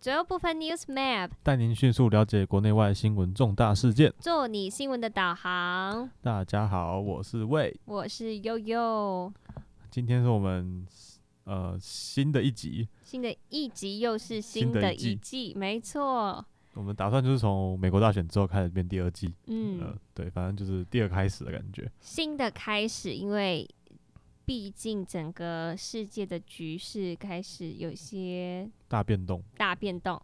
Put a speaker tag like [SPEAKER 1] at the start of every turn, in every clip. [SPEAKER 1] 左右部分 News Map，
[SPEAKER 2] 带您迅速了解国内外新闻重大事件。
[SPEAKER 1] 做你新闻的导航。
[SPEAKER 2] 大家好，我是魏，
[SPEAKER 1] 我是悠悠，
[SPEAKER 2] 今天是我们呃新的一集，
[SPEAKER 1] 新的一集又是新
[SPEAKER 2] 新的
[SPEAKER 1] 的
[SPEAKER 2] 一季
[SPEAKER 1] 一季，没错。
[SPEAKER 2] 我们打算就是从美国大选之后开始变第二季，
[SPEAKER 1] 嗯
[SPEAKER 2] 呃，，对，反正就是第二开始的感觉。
[SPEAKER 1] 新的开始，因为毕竟整个世界的局势开始有些
[SPEAKER 2] 大变动，
[SPEAKER 1] 大变动，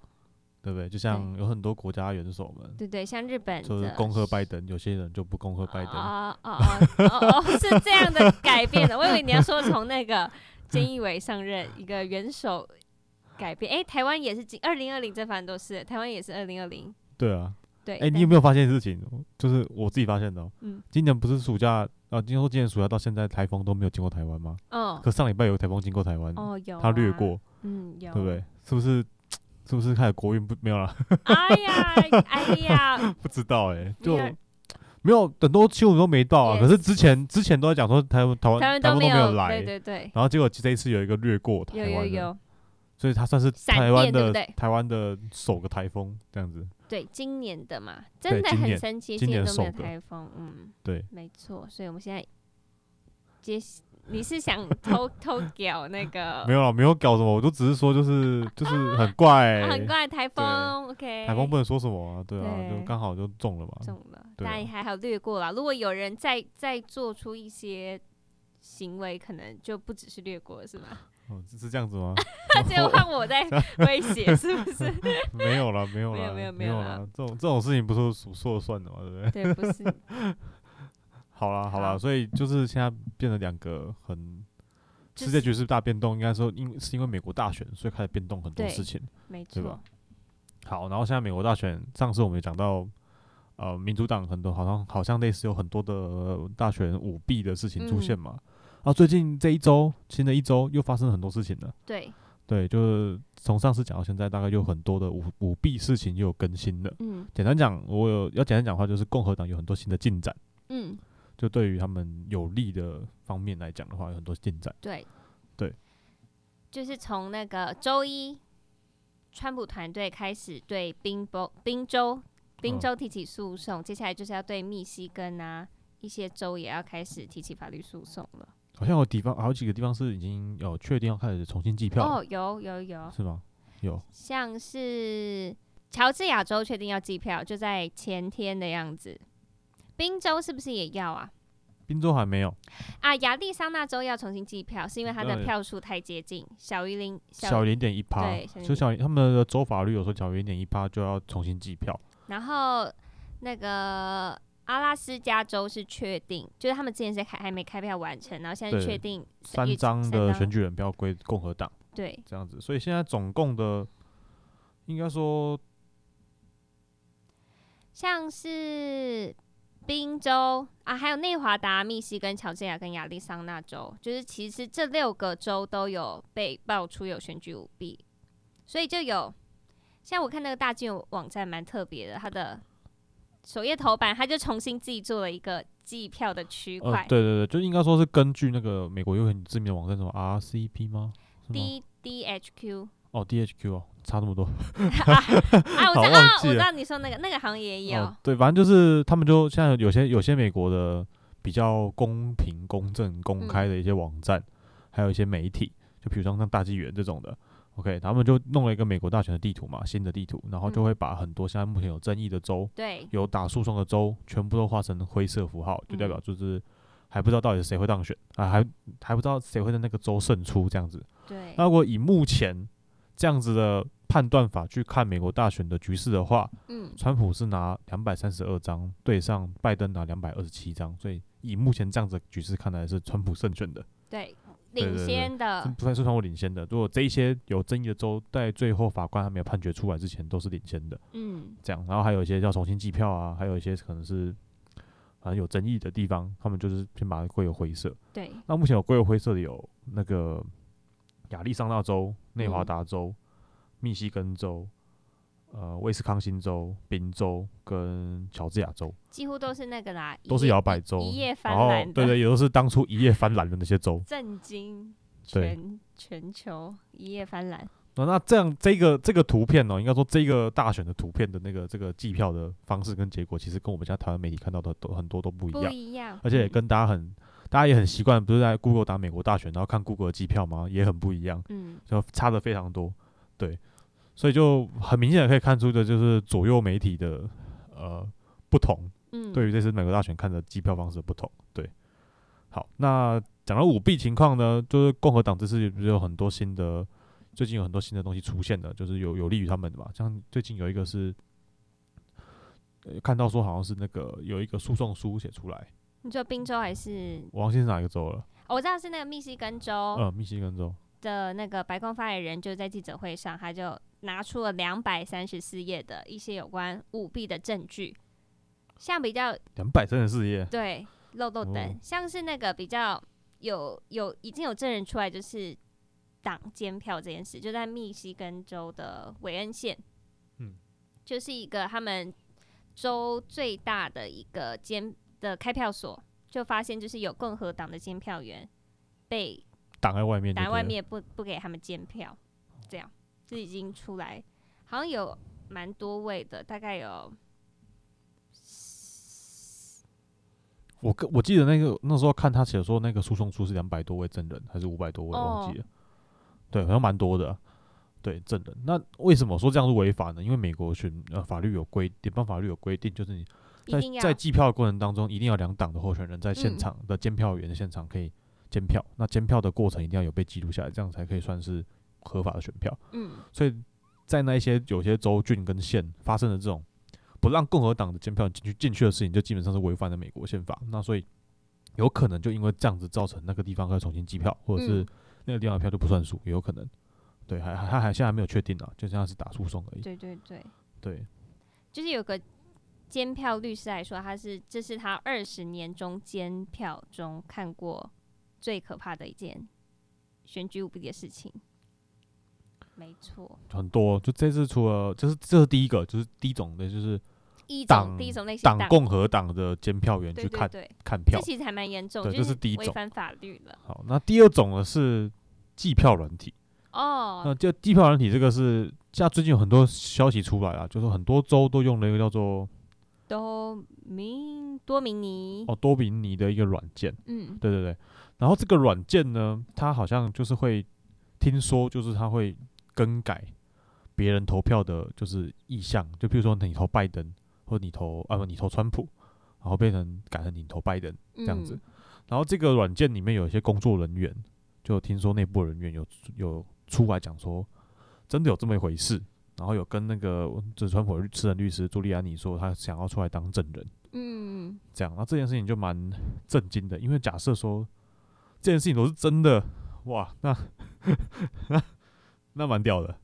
[SPEAKER 2] 对不对？就像有很多国家元首们，
[SPEAKER 1] 对不对？像日本的
[SPEAKER 2] 就是恭贺拜登，有些人就不恭贺拜登，
[SPEAKER 1] 哦哦哦哦，哦是这样的改变的。我以为你要说从那个菅义伟上任一个元首改变，哎、台湾也是今二零二零，这反正都是台湾也是二零二零，
[SPEAKER 2] 对啊。
[SPEAKER 1] 对。
[SPEAKER 2] 哎、你有没有发现事情？就是我自己发现的、哦，
[SPEAKER 1] 嗯
[SPEAKER 2] 今年不是暑假啊，听说今年暑假到现在台风都没有经过台湾吗？
[SPEAKER 1] 但哦
[SPEAKER 2] 可上礼拜有个台风经过台湾，
[SPEAKER 1] 哦有、
[SPEAKER 2] 它掠，过，
[SPEAKER 1] 嗯有，
[SPEAKER 2] 对不？对？是不是？是不是开始国运不没有了？
[SPEAKER 1] 哎呀哎呀，
[SPEAKER 2] 不知道哎、就
[SPEAKER 1] 没有
[SPEAKER 2] 没有很多新闻都没到啊。
[SPEAKER 1] Yes
[SPEAKER 2] 可是之前之前都在讲说台湾台湾
[SPEAKER 1] 台湾
[SPEAKER 2] 台
[SPEAKER 1] 都
[SPEAKER 2] 湾
[SPEAKER 1] 没
[SPEAKER 2] 都
[SPEAKER 1] 有，
[SPEAKER 2] 来，
[SPEAKER 1] 对对对，
[SPEAKER 2] 然后结果这一次有一个掠过台
[SPEAKER 1] 有
[SPEAKER 2] 湾
[SPEAKER 1] 有
[SPEAKER 2] 的，
[SPEAKER 1] 有，
[SPEAKER 2] 所以它算是
[SPEAKER 1] 闪
[SPEAKER 2] 台湾
[SPEAKER 1] 电对
[SPEAKER 2] 的
[SPEAKER 1] 不对
[SPEAKER 2] 台湾的首个台风这样子。
[SPEAKER 1] 对，今年的嘛，真
[SPEAKER 2] 对
[SPEAKER 1] 的
[SPEAKER 2] 今
[SPEAKER 1] 很
[SPEAKER 2] 年
[SPEAKER 1] 神奇，今
[SPEAKER 2] 今年
[SPEAKER 1] 都没有
[SPEAKER 2] 首个
[SPEAKER 1] 台风，嗯，
[SPEAKER 2] 对，
[SPEAKER 1] 没错，所以我们现在接。你是想偷偷屌那个？
[SPEAKER 2] 没有啦，没有搞什么，我就只是 说就是就是很怪、欸
[SPEAKER 1] 啊很怪台风，OK，
[SPEAKER 2] 哎台风不能说什么啊，对啊，
[SPEAKER 1] 对
[SPEAKER 2] 就刚好就中了嘛。
[SPEAKER 1] 中了，
[SPEAKER 2] 对啊
[SPEAKER 1] 但还好略过了。如果有人再再做出一些行为，可能就不只是略过，是 吗？
[SPEAKER 2] 哦，是是这样子吗？
[SPEAKER 1] 他只有换我在威胁，是不是？
[SPEAKER 2] 没有啦，没有
[SPEAKER 1] 没有
[SPEAKER 2] 啦，
[SPEAKER 1] 没有没
[SPEAKER 2] 没
[SPEAKER 1] 有啦
[SPEAKER 2] 啦。这种这种事情不是数说了算的嘛，对不 对？
[SPEAKER 1] 对，不是，
[SPEAKER 2] 好啦，好啦，
[SPEAKER 1] 好
[SPEAKER 2] 所以就是现在变了两个很
[SPEAKER 1] 就
[SPEAKER 2] 世界
[SPEAKER 1] 是
[SPEAKER 2] 局势大变动，应该说因是因为美国大选，所以开始变动很多
[SPEAKER 1] 对
[SPEAKER 2] 事情。
[SPEAKER 1] 没
[SPEAKER 2] 对
[SPEAKER 1] 错
[SPEAKER 2] 吧，好，然后现在美国大选，上次我们也讲到，呃，民主党很多好像好像类似有很多的呃大选舞弊的事情出现嘛。
[SPEAKER 1] 嗯
[SPEAKER 2] 啊，最近这一周，新的一周又发生了很多事情了。
[SPEAKER 1] 对，
[SPEAKER 2] 对，就是从上次讲到现在，大概有很多的舞舞弊事情又有更新了。
[SPEAKER 1] 嗯
[SPEAKER 2] 简单讲，我有要简单讲的话，就是共和党有很多新的进展，
[SPEAKER 1] 嗯，
[SPEAKER 2] 就对于他们有利的方面来讲的话，有很多进展。
[SPEAKER 1] 对，
[SPEAKER 2] 对，
[SPEAKER 1] 就是从那个周一，川普团队开始对宾州、宾州、宾
[SPEAKER 2] 嗯
[SPEAKER 1] 州提起诉讼，接下来就是要对密西根啊一些州也要开始提起法律诉讼了。
[SPEAKER 2] 好像有地方好几个地方是已经有确定要开始重新计票了，
[SPEAKER 1] 哦，有有有，
[SPEAKER 2] 是吗？有
[SPEAKER 1] 像是乔治亚州确定要计票，就在前天的样子。宾州是不是也要啊？
[SPEAKER 2] 宾州还没有，
[SPEAKER 1] 啊，亚利桑那州要重新计票，是因为它的
[SPEAKER 2] 对
[SPEAKER 1] 票数太接近，小于零，
[SPEAKER 2] 小
[SPEAKER 1] 于。
[SPEAKER 2] 零点一趴
[SPEAKER 1] 对小，零
[SPEAKER 2] 就小零他们的州法律有说小零点一趴就要重新计票，
[SPEAKER 1] 然后那个阿拉斯加州是确定，就是他们之前是还还没开票完成，然后现在
[SPEAKER 2] 对
[SPEAKER 1] 确定
[SPEAKER 2] 三
[SPEAKER 1] 预计
[SPEAKER 2] 张
[SPEAKER 1] 三
[SPEAKER 2] 的选举人票归共和党
[SPEAKER 1] 对
[SPEAKER 2] 这样子，所以现在总共的应该说
[SPEAKER 1] 像是宾州啊，还有内华达、密西根、乔治亚跟亚利桑那州，就是其实这六个州都有被爆出有选举舞弊，所以就有。像我看那个大金有网站蛮特别的，它的首页头版，它就重新自己做了一个计票的区
[SPEAKER 2] 呃
[SPEAKER 1] 块、
[SPEAKER 2] 对对对，就应该说是根据那个美国有很知名的网站什么 RCP 吗？是吗？
[SPEAKER 1] d D H Q
[SPEAKER 2] 哦 DHQ 哦，差那么多，
[SPEAKER 1] 啊，我知
[SPEAKER 2] 好
[SPEAKER 1] 道
[SPEAKER 2] 忘
[SPEAKER 1] 啊，
[SPEAKER 2] 记
[SPEAKER 1] 我知
[SPEAKER 2] 了
[SPEAKER 1] 道你说那个那个好像也有，
[SPEAKER 2] 哦，对，反正就是他们就现在有些有些美国的比较公平、公正、
[SPEAKER 1] 嗯
[SPEAKER 2] 公开的一些网站，还有一些媒体，就比如说像大纪元这种的，OK，他们就弄了一个美国大选的地图嘛，新的地图，然后就
[SPEAKER 1] 嗯
[SPEAKER 2] 会把很多现在目前有争议的州、
[SPEAKER 1] 对
[SPEAKER 2] 有打诉讼的州，全部都画成灰色符号，就代
[SPEAKER 1] 嗯
[SPEAKER 2] 表就是还不知道到底谁会当选啊，还还不知道谁会在那个州胜出这样子。
[SPEAKER 1] 对
[SPEAKER 2] 那，如果以目前这样子的判断法去看美国大选的局势的话，
[SPEAKER 1] 嗯，
[SPEAKER 2] 川普是拿两百三十二张，对上拜登拿两百二十七张，所以以目前这样子的局势看来，是川普胜选的，
[SPEAKER 1] 对，
[SPEAKER 2] 对
[SPEAKER 1] 领
[SPEAKER 2] 对
[SPEAKER 1] 先的
[SPEAKER 2] 是不算是川普领先的。如果这一些有争议的州在最后法官还没有判决出来之前，都是领先的。
[SPEAKER 1] 嗯，
[SPEAKER 2] 这样，然后还有一些要重新计票啊，还有一些可能是反正有争议的地方，他们就是先把它归为灰色。
[SPEAKER 1] 对，
[SPEAKER 2] 那目前有归为灰色的有那个亚利桑那州、内华达州、密西根州、呃威斯康星州、宾州跟乔治亚州。
[SPEAKER 1] 几乎都是那个啦，
[SPEAKER 2] 都是
[SPEAKER 1] 一夜
[SPEAKER 2] 摇摆州，
[SPEAKER 1] 一夜翻
[SPEAKER 2] 然后
[SPEAKER 1] 蓝的，
[SPEAKER 2] 对对，也都是
[SPEAKER 1] 。
[SPEAKER 2] 当初一夜翻蓝的那些州
[SPEAKER 1] 震惊
[SPEAKER 2] 对
[SPEAKER 1] 全全球一夜翻蓝，
[SPEAKER 2] 那那这样这个这个图片哦呢、应该说这个大选的图片的那个这个计票的方式跟结果，其实跟我们家台湾媒体看到的都很多都不一
[SPEAKER 1] 不
[SPEAKER 2] 样，
[SPEAKER 1] 一样，
[SPEAKER 2] 而且也跟大家很大家也很习惯，不是在 Google 打美国大选，然后看 Google 的计票吗？也很不一样，
[SPEAKER 1] 嗯
[SPEAKER 2] 就差的非常多，对，所以就很明显的可以看出的就是左右媒体的呃不同，
[SPEAKER 1] 嗯，
[SPEAKER 2] 对于这次美国大选看的计票方式的不同。对，好，那讲到舞弊情况呢，就是共和党这次不是有很多新的，最近有很多新的东西出现的，就是有有利于他们的嘛。像最近有一个是，呃看到说好像是那个有一个诉讼书写出来，
[SPEAKER 1] 你说宾州还是、
[SPEAKER 2] 我忘记是哪一个州了，
[SPEAKER 1] 哦我知道是那个密西根州
[SPEAKER 2] 呃，密西根州。
[SPEAKER 1] 的那个白宫发言人，就在记者会上，他就拿出了两百三十四页的一些有关舞弊的证据，像比较
[SPEAKER 2] 两百三十四页，
[SPEAKER 1] 对，漏漏等，
[SPEAKER 2] 哦
[SPEAKER 1] 像是那个比较有有已经有证人出来，就是党监票这件事，就在密西根州的韦恩县，
[SPEAKER 2] 嗯，
[SPEAKER 1] 就是一个他们州最大的一个监的开票所，就发现就是有共和党的监票员被
[SPEAKER 2] 挡在外面，
[SPEAKER 1] 打在外，面不不给他们监票，这样这已经出来，好像有蛮多位的，大概有
[SPEAKER 2] 我跟我记得那个那时候看他写说那个诉讼书是两百多位证人还是五百多位，
[SPEAKER 1] 哦
[SPEAKER 2] 忘记了。对，好像蛮多的啊。对证人，那为什么说这样是违法呢？因为美国选呃法律有规，联邦法律有规定，就是你
[SPEAKER 1] 一
[SPEAKER 2] 在
[SPEAKER 1] 定要
[SPEAKER 2] 在计票的过程当中，一定要两党的候选人在现
[SPEAKER 1] 嗯
[SPEAKER 2] 场的监票员现场可以监票，那监票的过程一定要有被记录下来，这样才可以算是合法的选票。
[SPEAKER 1] 嗯
[SPEAKER 2] 所以在那一些有些州郡跟县发生的这种不让共和党的监票进去进去的事情，就基本上是违反了美国宪法。那所以有可能就因为这样子造成那个地方要重新计票，或者是
[SPEAKER 1] 嗯
[SPEAKER 2] 那个地方的票就不算数，也有可能。对，还还他还现在还没有确定啊，就像是打诉讼而已。
[SPEAKER 1] 对对对。
[SPEAKER 2] 对，
[SPEAKER 1] 就是有个监票律师来说，他是这是他二十年中监票中看过最可怕的一件选举舞弊的事情。没错，
[SPEAKER 2] 很多就这次除了就是这是第一个，就是第一种的就是
[SPEAKER 1] 一种
[SPEAKER 2] 党
[SPEAKER 1] 第一种类型
[SPEAKER 2] 党共和党的监票员
[SPEAKER 1] 对
[SPEAKER 2] 去
[SPEAKER 1] 对
[SPEAKER 2] 看
[SPEAKER 1] 对，
[SPEAKER 2] 看
[SPEAKER 1] 这
[SPEAKER 2] 票。
[SPEAKER 1] 其实还蛮严重，
[SPEAKER 2] 对
[SPEAKER 1] 就
[SPEAKER 2] 这是第一种
[SPEAKER 1] 违反法律了。
[SPEAKER 2] 好，那第二种呢是计票软体。那
[SPEAKER 1] 哦，
[SPEAKER 2] 就地票软体这个是，像最近有很多消息出来啊，就是很多州都用了一个叫做
[SPEAKER 1] 多明多明尼，
[SPEAKER 2] 哦多比尼的一个软件，
[SPEAKER 1] 嗯，
[SPEAKER 2] 对对对。然后这个软件呢，它好像就是会听说，就是它会更改别人投票的，就是意向，就比如说你投拜登，或者你投啊不你投川普，然后变成改成你投拜登
[SPEAKER 1] 这
[SPEAKER 2] 这样子。然后这个软件里面有一些工作人员，就听说内部人员有有出来讲说，真的有这么一回事。然后有跟那个就是川普的律私人律师朱利安尼说，他想要出来当证人，
[SPEAKER 1] 嗯，
[SPEAKER 2] 这样。那这件事情就蛮震惊的，因为假设说这件事情都是真的，哇，那那那蛮屌的。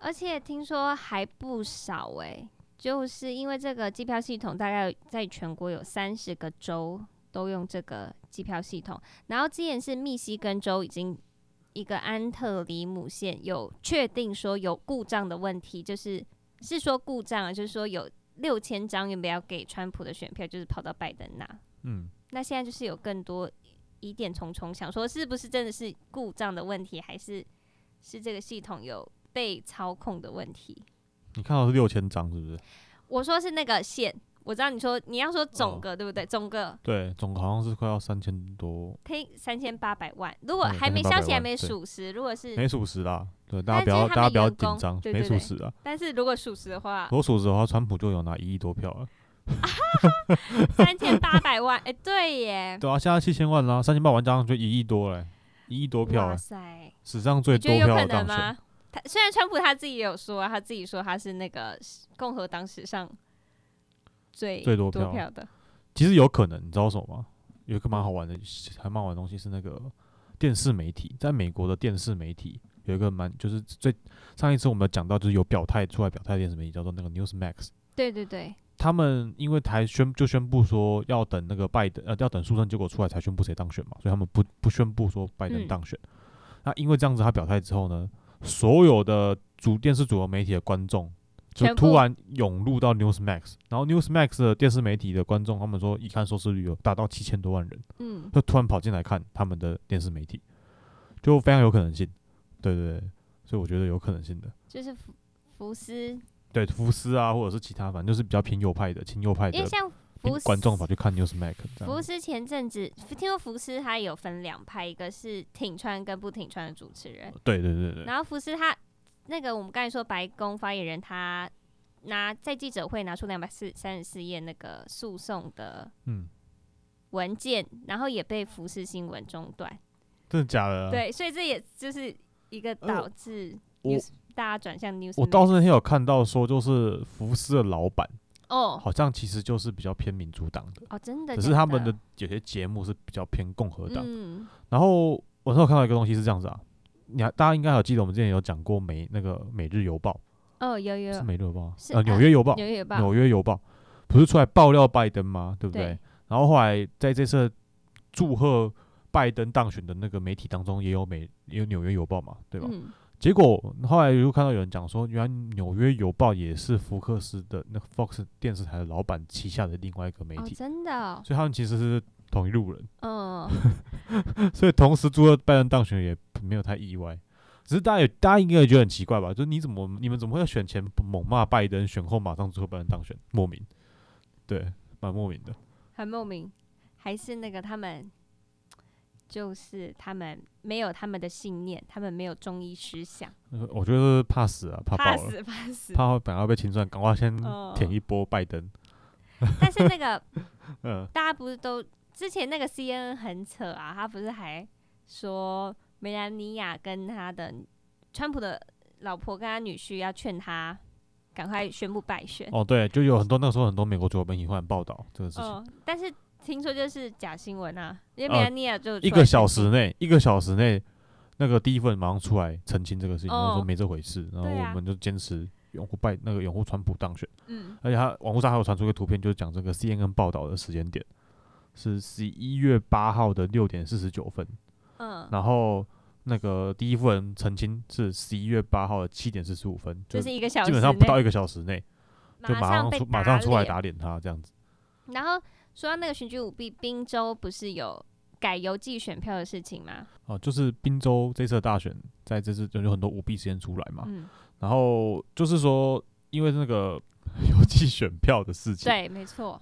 [SPEAKER 1] 而且听说还不少诶、就是因为这个计票系统，大概在全国有三十个州都用这个计票系统。然后之前是密西根州已经一个安特里姆县有确定说有故障的问题，就是是说故障啊，就是说有六千张原本要给川普的选票，就是跑到拜登那。
[SPEAKER 2] 嗯，
[SPEAKER 1] 那现在就是有更多疑点重重，想说是不是真的是故障的问题，还是是这个系统有被操控的问题？
[SPEAKER 2] 你看到是六千张是不是？
[SPEAKER 1] 我说是那个线，我知道你说你要说总
[SPEAKER 2] 哦
[SPEAKER 1] 个、对不对？总个
[SPEAKER 2] 对，总好像是快要三千多，
[SPEAKER 1] 可以三千八百万，如果
[SPEAKER 2] 嗯
[SPEAKER 1] 还没
[SPEAKER 2] 3800
[SPEAKER 1] 消息还
[SPEAKER 2] 万
[SPEAKER 1] 没
[SPEAKER 2] 对
[SPEAKER 1] 属实，如果是
[SPEAKER 2] 没属实啦。对，大
[SPEAKER 1] 嗯但
[SPEAKER 2] 家不
[SPEAKER 1] 是
[SPEAKER 2] 要
[SPEAKER 1] 他
[SPEAKER 2] 大家
[SPEAKER 1] 们
[SPEAKER 2] 不要
[SPEAKER 1] 员
[SPEAKER 2] 紧
[SPEAKER 1] 工
[SPEAKER 2] 张，
[SPEAKER 1] 对
[SPEAKER 2] 没
[SPEAKER 1] 对
[SPEAKER 2] 属
[SPEAKER 1] 对
[SPEAKER 2] 实啊。
[SPEAKER 1] 但是如果属实的话，
[SPEAKER 2] 我属实的话，川普就有拿一亿多票了。
[SPEAKER 1] 三千八百万，哎、对耶，
[SPEAKER 2] 对啊，现在七千万啦，三千八万加上就一亿多嘞，一亿 多票
[SPEAKER 1] 哇
[SPEAKER 2] 嘞，
[SPEAKER 1] 塞，
[SPEAKER 2] 史上最
[SPEAKER 1] 你
[SPEAKER 2] 多
[SPEAKER 1] 觉得有
[SPEAKER 2] 票
[SPEAKER 1] 可
[SPEAKER 2] 的
[SPEAKER 1] 能
[SPEAKER 2] 当选。
[SPEAKER 1] 吗？他虽然川普他自己也有说啊，他自己说他是那个共和党史上最
[SPEAKER 2] 最多
[SPEAKER 1] 多
[SPEAKER 2] 票啊
[SPEAKER 1] 票的，
[SPEAKER 2] 其实有可能，你知道什么吗？有一个蛮好玩的，还蛮好玩的东西是那个电视媒体，在美国的电视媒体有一个蛮就是最上一次我们讲到就是有表态出来表态的电视媒体叫做那个 Newsmax，
[SPEAKER 1] 对对对，
[SPEAKER 2] 他们因为台宣就宣布说要等那个拜登呃要等诉讼结果出来才宣布谁当选嘛，所以他们不不宣布说拜登
[SPEAKER 1] 嗯
[SPEAKER 2] 当选。那因为这样子他表态之后呢，所有的主电视主流媒体的观众就
[SPEAKER 1] 全部
[SPEAKER 2] 突然涌入到 Newsmax，然后 Newsmax 的电视媒体的观众他们说一看收视率有达到七千多万人，
[SPEAKER 1] 嗯，
[SPEAKER 2] 就突然跑进来看他们的电视媒体，就非常有可能性。对对对，所以我觉得有可能性的。
[SPEAKER 1] 就是福福斯，
[SPEAKER 2] 对，福斯啊，或者是其他，反正就是比较偏右派的、亲右派
[SPEAKER 1] 因为
[SPEAKER 2] 的
[SPEAKER 1] 像福斯
[SPEAKER 2] 观众跑去看 Newsmax 这
[SPEAKER 1] 福
[SPEAKER 2] 样。
[SPEAKER 1] 斯前阵子听说福斯他有分两派，一个是挺川跟不挺川的主持人，
[SPEAKER 2] 哦对对对对，
[SPEAKER 1] 然后福斯他那个我们刚才说白宫发言人他拿在记者会拿出两百四三十四页那个诉讼的
[SPEAKER 2] 嗯，
[SPEAKER 1] 文件，然后也被福斯新闻中断，
[SPEAKER 2] 真的假的？，
[SPEAKER 1] 对，所以这也就是一个
[SPEAKER 2] 哎呦
[SPEAKER 1] 导致
[SPEAKER 2] 我
[SPEAKER 1] news 大家转向 news，
[SPEAKER 2] 我倒是那天有看到说，就是福斯的老板
[SPEAKER 1] 哦
[SPEAKER 2] 好像其实就是比较偏民主党的，
[SPEAKER 1] 哦真的，
[SPEAKER 2] 只是
[SPEAKER 1] 假
[SPEAKER 2] 他们的有些节目是比较偏共和党。
[SPEAKER 1] 嗯
[SPEAKER 2] 然后我那时候看到一个东西是这样子啊，你还大家应该还有记得我们之前有讲过美那个《每日邮报
[SPEAKER 1] 哦有》有
[SPEAKER 2] 是《每日邮报》吗
[SPEAKER 1] 是
[SPEAKER 2] 呃《纽约邮报》
[SPEAKER 1] 纽约吧，
[SPEAKER 2] 纽约邮报不是出来爆料拜登吗？对不对？
[SPEAKER 1] 对
[SPEAKER 2] 然后后来在这次祝贺拜登当选的那个媒体当中，也有美也有纽约邮报嘛，对吧？
[SPEAKER 1] 嗯
[SPEAKER 2] 结果后来又看到有人讲说，原来纽约邮报也是福克斯的那个 Fox 电视台的老板旗下的另外一个媒
[SPEAKER 1] 哦
[SPEAKER 2] 体，
[SPEAKER 1] 真的哦
[SPEAKER 2] 所以他们其实是同一路人。
[SPEAKER 1] 嗯。
[SPEAKER 2] 所以同时祝贺拜登当选也没有太意外，只是大家也大家应该也觉得很奇怪吧？就是你怎么你们怎么会选前猛骂拜登，选后马上祝贺拜登当选？莫名，对，蛮莫名的。
[SPEAKER 1] 很莫名，还是那个他们，就是他们没有他们的信念，他们没有中医思想，
[SPEAKER 2] 呃我觉得是怕死啊，怕
[SPEAKER 1] 怕
[SPEAKER 2] 爆了，
[SPEAKER 1] 死 怕死。
[SPEAKER 2] 怕本来要被清算，赶快先
[SPEAKER 1] 哦
[SPEAKER 2] 舔一波拜登。
[SPEAKER 1] 但是那个
[SPEAKER 2] 嗯，
[SPEAKER 1] 大家不是都之前那个 C N N 很扯啊，他不是还说梅兰妮亚跟他的川普的老婆跟他女婿要劝他赶快宣布败选。嗯
[SPEAKER 2] 哦对，就有很多那时候很多美国主流媒体会报道这个事情，
[SPEAKER 1] 哦，但是听说就是假新闻啊，因为
[SPEAKER 2] 哦
[SPEAKER 1] 梅兰妮亚就、
[SPEAKER 2] 一个小时，内一个小时内那个第一份马上出来澄清这个事情，然后
[SPEAKER 1] 哦
[SPEAKER 2] 说没这回事，然后
[SPEAKER 1] 对啊
[SPEAKER 2] 我们就坚持拥护拜那个拥护川普当选。
[SPEAKER 1] 嗯，
[SPEAKER 2] 而且他网络上还有传出一个图片，就是讲这个 CNN 报道的时间点是十一月八号的六点四十九分，
[SPEAKER 1] 嗯，
[SPEAKER 2] 然后那个第一夫人澄清是十一月八号的七点四十五分，
[SPEAKER 1] 就
[SPEAKER 2] 就是基
[SPEAKER 1] 一个小时
[SPEAKER 2] 本上不到一个小时内
[SPEAKER 1] 内
[SPEAKER 2] 就马上
[SPEAKER 1] 被
[SPEAKER 2] 出马上出来
[SPEAKER 1] 脸
[SPEAKER 2] 打脸他这样子。
[SPEAKER 1] 然后说到那个选举舞弊，宾州不是有改邮寄选票的事情吗？
[SPEAKER 2] 啊，就是宾州这次的大选，在这次就有很多舞弊事件出来嘛，
[SPEAKER 1] 嗯，
[SPEAKER 2] 然后就是说，因为那个 邮寄选票的事情，
[SPEAKER 1] 对，没错，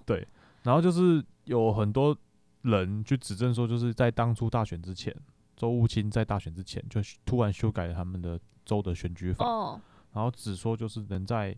[SPEAKER 2] 然后就是有很多人去指证说，就是在当初大选之前，周务清在大选之前就突然修改了他们的州的选举法，
[SPEAKER 1] 哦，
[SPEAKER 2] 然后只说就是能在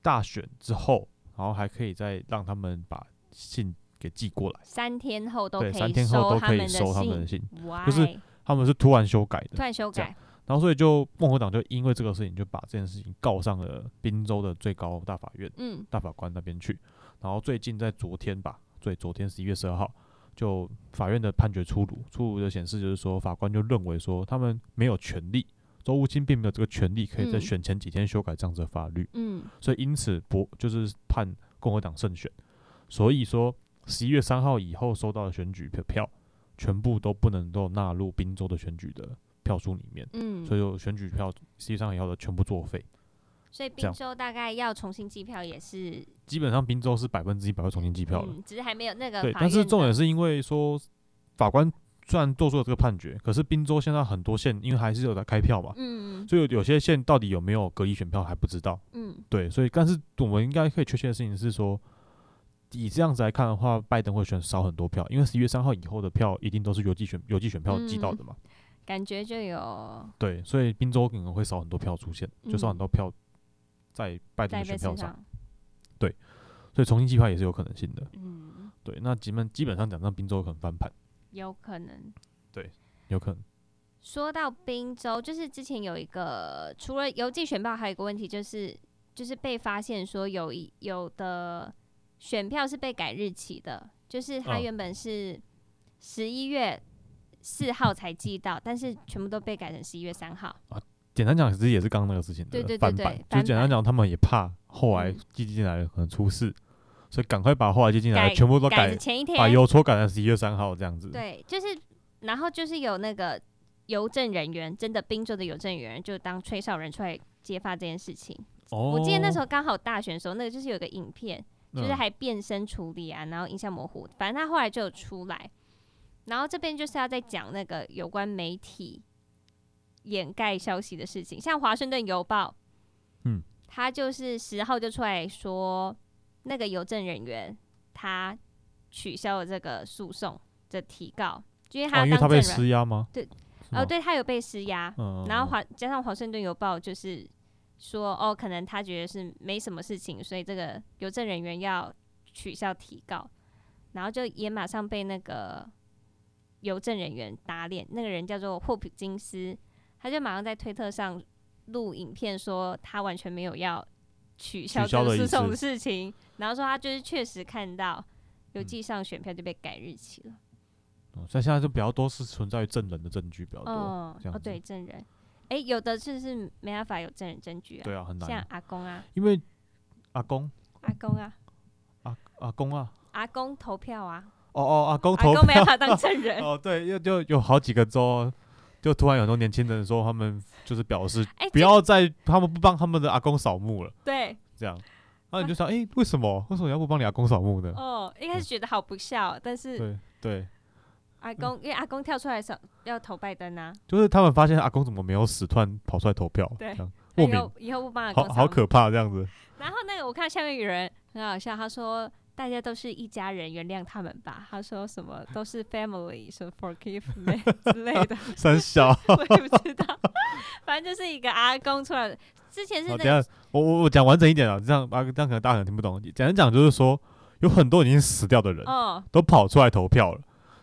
[SPEAKER 2] 大选之后，然后还可以再让他们把信给寄过来，
[SPEAKER 1] 三天后都可
[SPEAKER 2] 对，
[SPEAKER 1] 以
[SPEAKER 2] 三天后
[SPEAKER 1] 收
[SPEAKER 2] 都
[SPEAKER 1] 他
[SPEAKER 2] 可以
[SPEAKER 1] 们
[SPEAKER 2] 收他们的
[SPEAKER 1] 的信，
[SPEAKER 2] 信，
[SPEAKER 1] 哇，
[SPEAKER 2] 就是他们是突然修改
[SPEAKER 1] 突
[SPEAKER 2] 的，
[SPEAKER 1] 然修
[SPEAKER 2] 这样
[SPEAKER 1] 改，
[SPEAKER 2] 然后所以就共和党就因为这个事情就把这件事情告上了宾州的最高大法院。
[SPEAKER 1] 嗯，
[SPEAKER 2] 大法官那边去。然后最近在昨天吧，对，昨天十一月十二号，就法院的判决出炉，出炉的显示就是说，法官就认为说他们没有权利，周务清并没有这个权利可以在
[SPEAKER 1] 嗯
[SPEAKER 2] 选前几天修改这样子的法律，
[SPEAKER 1] 嗯，
[SPEAKER 2] 所以因此不就是判共和党胜选。所以说，十一月三号以后收到的选举票票，全部都不能够纳入宾州的选举的票数里面，
[SPEAKER 1] 嗯，
[SPEAKER 2] 所以有选举票实际上以后的全部作废。
[SPEAKER 1] 所以
[SPEAKER 2] 这
[SPEAKER 1] 宾
[SPEAKER 2] 样
[SPEAKER 1] 州大概要重新计票也是，
[SPEAKER 2] 基本上宾州是百分之一百会重新计票了。
[SPEAKER 1] 嗯，只是还没有那个
[SPEAKER 2] 对，
[SPEAKER 1] 法
[SPEAKER 2] 但是
[SPEAKER 1] 院
[SPEAKER 2] 重
[SPEAKER 1] 的
[SPEAKER 2] 点是因为说法官虽然做出了这个判决，可是宾州现在很多县因为还是有在开票嘛，
[SPEAKER 1] 嗯
[SPEAKER 2] 所以有有些县到底有没有隔离选票还不知道。
[SPEAKER 1] 嗯，
[SPEAKER 2] 对，所以但是我们应该可以确切的事情是说，以这样子来看的话，拜登会选少很多票，因为十一月三号以后的票一定都是邮寄选邮寄选票寄到
[SPEAKER 1] 嗯
[SPEAKER 2] 的嘛。
[SPEAKER 1] 感觉就有
[SPEAKER 2] 对，所以宾州可能会少很多票出现，就少很
[SPEAKER 1] 嗯
[SPEAKER 2] 多票在拜登
[SPEAKER 1] 在被
[SPEAKER 2] 的选
[SPEAKER 1] 身
[SPEAKER 2] 票
[SPEAKER 1] 上，
[SPEAKER 2] 所以重新计票也是有可能性的。
[SPEAKER 1] 嗯，
[SPEAKER 2] 对，那基本基本上讲，那宾州有可能翻盘，
[SPEAKER 1] 有可能。
[SPEAKER 2] 有可能。
[SPEAKER 1] 说到宾州，就是之前有一个，除了邮寄选票，还有一个问题就是，就是被发现说有一有的选票是被改日期的，就是它
[SPEAKER 2] 嗯
[SPEAKER 1] 原本是十一月四号才寄到，但是全部都被改成十一月三号。
[SPEAKER 2] 简单讲，其实也是刚刚那个事情的
[SPEAKER 1] 对对对
[SPEAKER 2] 翻
[SPEAKER 1] 对
[SPEAKER 2] 版，就
[SPEAKER 1] 翻
[SPEAKER 2] 是简单
[SPEAKER 1] 版
[SPEAKER 2] 讲，他们也怕后来
[SPEAKER 1] 嗯
[SPEAKER 2] 寄进来可能出事，所以赶快把后来寄进来
[SPEAKER 1] 改
[SPEAKER 2] 全部都
[SPEAKER 1] 改的
[SPEAKER 2] 改，
[SPEAKER 1] 前一
[SPEAKER 2] 把
[SPEAKER 1] 天，
[SPEAKER 2] 邮戳改成十一月三号这样子。
[SPEAKER 1] 对，就是然后就是有那个邮政人员，真的宾州的邮政人员就当吹哨人出来揭发这件事情。
[SPEAKER 2] 哦，
[SPEAKER 1] 我记得那时候刚好大选的时候，那个就是有一个影片。
[SPEAKER 2] 嗯
[SPEAKER 1] 就是还变身处理啊，然后印象模糊，反正他后来就有出来。然后这边就是要再讲那个有关媒体掩盖消息的事情，像《华盛顿邮报》，
[SPEAKER 2] 嗯，
[SPEAKER 1] 他就是十号就出来说，那个邮政人员他取消了这个诉讼的提告，因为他
[SPEAKER 2] 哦，因为
[SPEAKER 1] 当证
[SPEAKER 2] 他被
[SPEAKER 1] 人，
[SPEAKER 2] 施压吗？
[SPEAKER 1] 对
[SPEAKER 2] 是吗，
[SPEAKER 1] 哦，对他有被施压，
[SPEAKER 2] 嗯，嗯，
[SPEAKER 1] 然后
[SPEAKER 2] 嗯
[SPEAKER 1] 华加上《华盛顿邮报》就是说，哦，可能他觉得是没什么事情，所以这个邮政人员要取消提告，然后就也马上被那个邮政人员打脸。那个人叫做霍普金斯，他就马上在推特上录影片说他完全没有要取消
[SPEAKER 2] 取消
[SPEAKER 1] 这个
[SPEAKER 2] 的
[SPEAKER 1] 诉
[SPEAKER 2] 意
[SPEAKER 1] 讼
[SPEAKER 2] 思
[SPEAKER 1] 的事情，然后说他就是确实看到邮
[SPEAKER 2] 嗯
[SPEAKER 1] 寄上选票就被改日期了。
[SPEAKER 2] 哦但现在就比较多是存在于证人的证据比较多，
[SPEAKER 1] 哦
[SPEAKER 2] 这样
[SPEAKER 1] 哦，
[SPEAKER 2] 子
[SPEAKER 1] 对，证人，诶，有的就是没办法有证人证据啊。
[SPEAKER 2] 对啊，很
[SPEAKER 1] 像
[SPEAKER 2] 难，
[SPEAKER 1] 阿公啊，
[SPEAKER 2] 因为阿公
[SPEAKER 1] 阿公啊，
[SPEAKER 2] 阿阿公啊，
[SPEAKER 1] 阿公投票啊，
[SPEAKER 2] 哦哦，阿公
[SPEAKER 1] 阿
[SPEAKER 2] 投
[SPEAKER 1] 公没
[SPEAKER 2] 票
[SPEAKER 1] 有法当证 人。
[SPEAKER 2] 哦，对，又就有好几个州，就突然有很多年轻人说他们就是 表示
[SPEAKER 1] 哎
[SPEAKER 2] 不
[SPEAKER 1] 这
[SPEAKER 2] 要再他们不帮他们的阿公扫墓了，
[SPEAKER 1] 对，
[SPEAKER 2] 这样，然后你就想，哎，为什么为什么要不帮你阿公扫墓呢？
[SPEAKER 1] 啊哦，一开始觉得好不孝，但是
[SPEAKER 2] 对嗯对，
[SPEAKER 1] 阿公因为阿公跳出来想要投拜登啊，
[SPEAKER 2] 就是他们发现阿公怎么没有死，突然跑出来投票，
[SPEAKER 1] 对
[SPEAKER 2] 这样
[SPEAKER 1] 他
[SPEAKER 2] 莫
[SPEAKER 1] 以
[SPEAKER 2] 名
[SPEAKER 1] 后以后不帮阿公
[SPEAKER 2] 好好
[SPEAKER 1] 扫墓。
[SPEAKER 2] 可怕这 样子，
[SPEAKER 1] 然后那个我看下面有人很好笑，他说。大家都是一家人，原谅他们吧。他说什么都是 family，说 forgive me 之类的，
[SPEAKER 2] 三小。
[SPEAKER 1] 我也不知道。 反正就是一个阿公出来，之前是
[SPEAKER 2] 好，
[SPEAKER 1] 那
[SPEAKER 2] 等一下我我我讲完整一点啊，这样啊，这样可能大家可能听不懂。简单讲就是说，有很多已经死掉的人、
[SPEAKER 1] 哦，
[SPEAKER 2] 都跑出来投票了，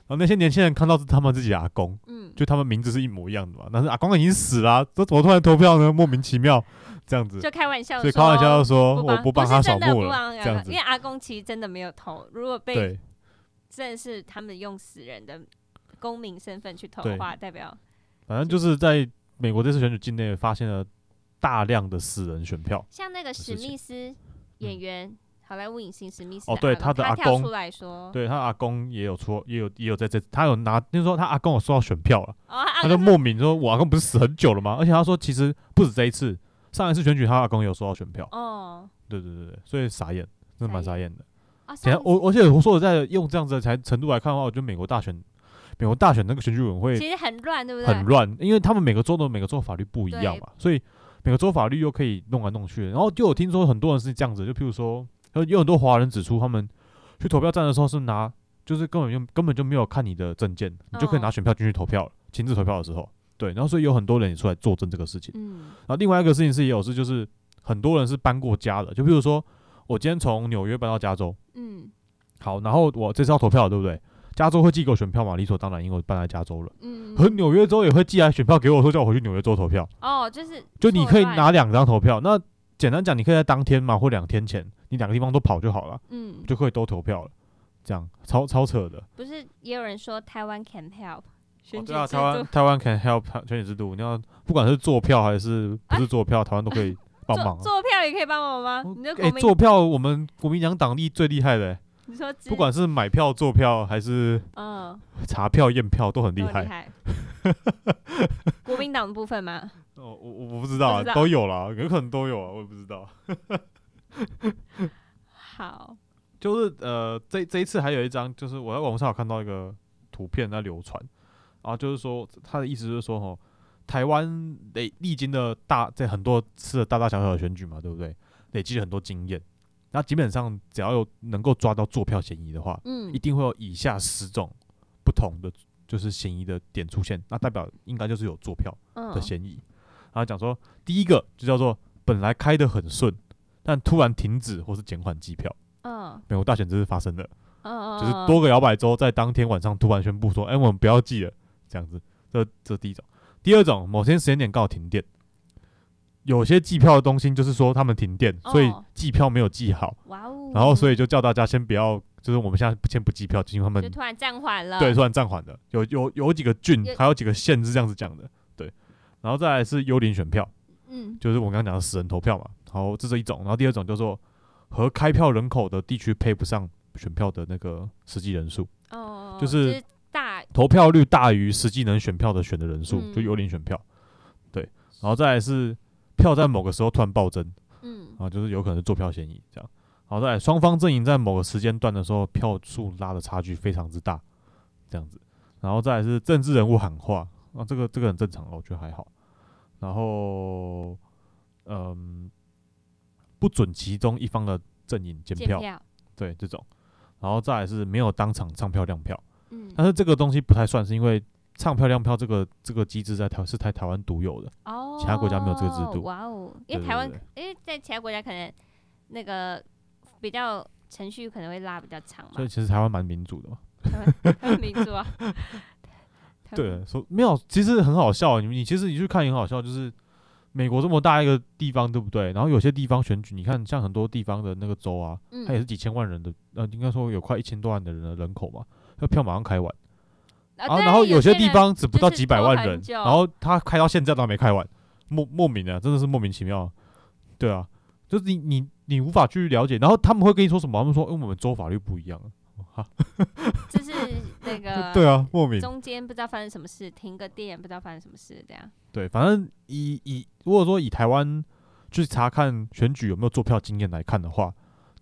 [SPEAKER 2] 然后那些年轻人看到是他们自己的阿公，
[SPEAKER 1] 嗯，
[SPEAKER 2] 就他们名字是一模一样的嘛，但是阿公已经死了啊、这怎么突然投票呢？莫名其妙这样子，
[SPEAKER 1] 就开玩笑，
[SPEAKER 2] 所以开玩笑说哦我
[SPEAKER 1] 帮
[SPEAKER 2] 帮
[SPEAKER 1] 是
[SPEAKER 2] 他扫
[SPEAKER 1] 真的不
[SPEAKER 2] 墓了，
[SPEAKER 1] 帮阿
[SPEAKER 2] 这样
[SPEAKER 1] 公
[SPEAKER 2] 子
[SPEAKER 1] 因为阿公其实真的没有投，如果被
[SPEAKER 2] 对
[SPEAKER 1] 真的是他们用死人的公民身份去投
[SPEAKER 2] 对
[SPEAKER 1] 的话，代表
[SPEAKER 2] 反正就是在美国这次选举境内发现了大量的死人选票。
[SPEAKER 1] 像那个史
[SPEAKER 2] 事情
[SPEAKER 1] 密斯演员，好莱坞影星史密斯
[SPEAKER 2] 哦对
[SPEAKER 1] 他
[SPEAKER 2] 他的阿
[SPEAKER 1] 跳
[SPEAKER 2] 公
[SPEAKER 1] 出来说，
[SPEAKER 2] 对他阿公也有出，也有也有在这，他有拿，就是说他阿公有收到选票了，
[SPEAKER 1] 哦，阿
[SPEAKER 2] 他就
[SPEAKER 1] 公
[SPEAKER 2] 莫名说：“我阿公不是死很久了吗？”而且他说，其实不止这一次，上一次选举他阿公有收到选票。
[SPEAKER 1] 哦
[SPEAKER 2] 对对对对，所以傻眼，真的蛮傻眼的。
[SPEAKER 1] 啊，
[SPEAKER 2] 等一下
[SPEAKER 1] 上
[SPEAKER 2] 我而且我说我在用这样子的才程度来看的话，我觉得美国大选，美国大选那个选举委员会
[SPEAKER 1] 其实很乱，对不对
[SPEAKER 2] 很？乱，因为他们每个州的每个州法律不一样嘛，所以每个州法律又可以弄来弄去的。然后就有听说很多人是这样子，就譬如说，有有很多华人指出，他们去投票站的时候是拿，就是根本就根本就没有看你的证件，你就可以
[SPEAKER 1] 哦
[SPEAKER 2] 拿选票进去投票了，亲自投票的时候，对。然后所以有很多人也出来作证这个事情。
[SPEAKER 1] 嗯
[SPEAKER 2] 然后另外一个事情是也有是就是很多人是搬过家的，就譬如说我今天从纽约搬到加州，
[SPEAKER 1] 嗯
[SPEAKER 2] 好，然后我这次要投票了，对不对？加州会寄给我选票嘛？理所当然，因为我搬来加州了。
[SPEAKER 1] 嗯，
[SPEAKER 2] 和纽约州也会寄来选票给我，说叫我回去纽约州投票。
[SPEAKER 1] 哦，就是
[SPEAKER 2] 就你
[SPEAKER 1] 错
[SPEAKER 2] 可以
[SPEAKER 1] 乱
[SPEAKER 2] 拿两张投票，那简单讲，你可以在当天嘛，或两天前，你两个地方都跑就好了，
[SPEAKER 1] 嗯，
[SPEAKER 2] 就可以都投票了。这样超超扯的。
[SPEAKER 1] 不是也有人说台湾 can help 选
[SPEAKER 2] 哦
[SPEAKER 1] 举
[SPEAKER 2] 对啊，
[SPEAKER 1] 制
[SPEAKER 2] 台湾
[SPEAKER 1] 度
[SPEAKER 2] 台湾 can help 选举制度，你要不管是做票还是不是做票，台湾 都可以帮忙
[SPEAKER 1] 哎
[SPEAKER 2] 啊
[SPEAKER 1] 做。做票也可以帮忙吗？你说国
[SPEAKER 2] 哎，
[SPEAKER 1] 民
[SPEAKER 2] 做票我们国民党党力最厉害的、欸，
[SPEAKER 1] 你说支
[SPEAKER 2] 不管是买票、做票还是
[SPEAKER 1] 嗯。
[SPEAKER 2] 查票、验票都很厉
[SPEAKER 1] 都很
[SPEAKER 2] 害
[SPEAKER 1] 哦厉。害。 国民党的部分吗？
[SPEAKER 2] 哦，我我我不知道啊
[SPEAKER 1] 不知，道
[SPEAKER 2] 都有啦，有可能都有啊，我也不知道。
[SPEAKER 1] 好，
[SPEAKER 2] 就是呃，这这一次还有一张，就是我在网上有看到一个图片在流传，啊，就是说他的意思就是说，吼，台湾累历经的大在很多次的大大小小的选举嘛，对不对？累积了很多经验，那基本上只要有能够抓到坐票嫌疑的话，
[SPEAKER 1] 嗯
[SPEAKER 2] 一定会有以下十种不同的就是嫌疑的点出现，那代表应该就是有坐票的
[SPEAKER 1] 嗯，
[SPEAKER 2] 嫌疑。然后讲说，第一个就叫做本来开得很顺，但突然停止或是减缓计票。
[SPEAKER 1] 嗯
[SPEAKER 2] 美国大选这是发生的，
[SPEAKER 1] 嗯，
[SPEAKER 2] 就是多个摇摆州在当天晚上突然宣布说：“哎、我们不要寄了。”这样子，这这第一种。第二种，某些时间点刚好停电，有些计票的中心就是说他们停电，所以
[SPEAKER 1] 哦
[SPEAKER 2] 计票没有计好，
[SPEAKER 1] 哇哦，
[SPEAKER 2] 然后所
[SPEAKER 1] 以
[SPEAKER 2] 以就叫大家先不要，就是我们现在先不计票，因为他们
[SPEAKER 1] 就突呃然暂缓了，
[SPEAKER 2] 对，突然暂缓的，有有有几个郡
[SPEAKER 1] 有，
[SPEAKER 2] 还有几个县是这样子讲的，对。然后再来是幽灵选票，
[SPEAKER 1] 嗯
[SPEAKER 2] 就是我刚刚讲的死人投票嘛，然后这是一种，然后第二种叫做和开票人口的地区配不上选票的那个实际人数，
[SPEAKER 1] 哦，
[SPEAKER 2] 就是
[SPEAKER 1] 大
[SPEAKER 2] 投票率大于实际能选票的选的人数，
[SPEAKER 1] 嗯
[SPEAKER 2] 就幽灵选票，对，然后再来是票在某个时候突然暴增，
[SPEAKER 1] 嗯
[SPEAKER 2] 啊，就是有可能是坐票嫌疑这样，然后再来双方阵营在某个时间段的时候票数拉的差距非常之大，这样子，然后再来是政治人物喊话，啊，这个这个很正常啊，我觉得还好，然后嗯，不准集中一方的阵营监
[SPEAKER 1] 监
[SPEAKER 2] 票，对这种，然后再来是没有当场唱漂亮票，
[SPEAKER 1] 嗯，
[SPEAKER 2] 但是这个东西不太算，是因为唱漂亮票这个这个机制在台是台台湾独有的，
[SPEAKER 1] 哦，
[SPEAKER 2] 其他国家没有这个制度
[SPEAKER 1] 哇哦，因为
[SPEAKER 2] 对
[SPEAKER 1] 台湾
[SPEAKER 2] 对，
[SPEAKER 1] 因为在其他国家可能那个比较程序可能会拉比较长
[SPEAKER 2] 所
[SPEAKER 1] 嘛
[SPEAKER 2] 以，其实台湾蛮民主的嘛。
[SPEAKER 1] 很 民主啊。台湾
[SPEAKER 2] 对，，说没有，其实很好笑。你你其实你去看也很好笑，就是美国这么大一个地方，对不对？然后有些地方选举，你看像很多地方的那个州啊，它
[SPEAKER 1] 嗯，
[SPEAKER 2] 也是几千万人的，呃，应该说有快一千多万的人的人口嘛，那票马上开完。
[SPEAKER 1] 啊
[SPEAKER 2] 然后
[SPEAKER 1] 对
[SPEAKER 2] 然后
[SPEAKER 1] 有
[SPEAKER 2] 些
[SPEAKER 1] 人
[SPEAKER 2] 地方只不到
[SPEAKER 1] 就是
[SPEAKER 2] 几百
[SPEAKER 1] 拖
[SPEAKER 2] 万
[SPEAKER 1] 很
[SPEAKER 2] 人，
[SPEAKER 1] 久
[SPEAKER 2] 然后他开到现在都还没开完，莫莫名的，真的是莫名其妙。对啊，就是你你你无法去了解，然后他们会跟你说什么？他们说，哎因为我们州法律不一样啊。
[SPEAKER 1] 就是那个
[SPEAKER 2] 对啊，莫名
[SPEAKER 1] 中间不知道发生什么事，停个电不知道发生什么事，这样
[SPEAKER 2] 对，反正以以如果说以台湾去查看选举有没有做票经验来看的话，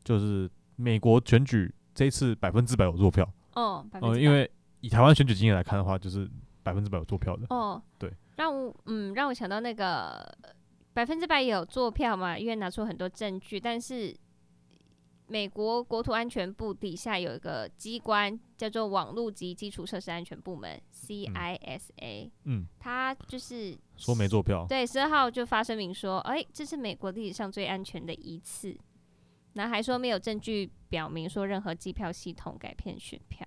[SPEAKER 2] 就是美国选举这一次百分之百有做票，
[SPEAKER 1] 哦，百分
[SPEAKER 2] 呃，
[SPEAKER 1] 之
[SPEAKER 2] 因
[SPEAKER 1] 百
[SPEAKER 2] 为以台湾选举经验来看的话，就是百分之百有做票的。
[SPEAKER 1] 哦，
[SPEAKER 2] 对，
[SPEAKER 1] 让我嗯让我想到那个百分之百有做票嘛，因为拿出很多证据，但是美国国土安全部底下有一个机关叫做网络及基础设施安全部门 （CISA），、
[SPEAKER 2] 嗯，
[SPEAKER 1] 它就是
[SPEAKER 2] 说没做票，
[SPEAKER 1] 对十二号就发声明说，哎、这是美国历史上最安全的一次，然后还说没有证据表明说任何机票系统改骗选票。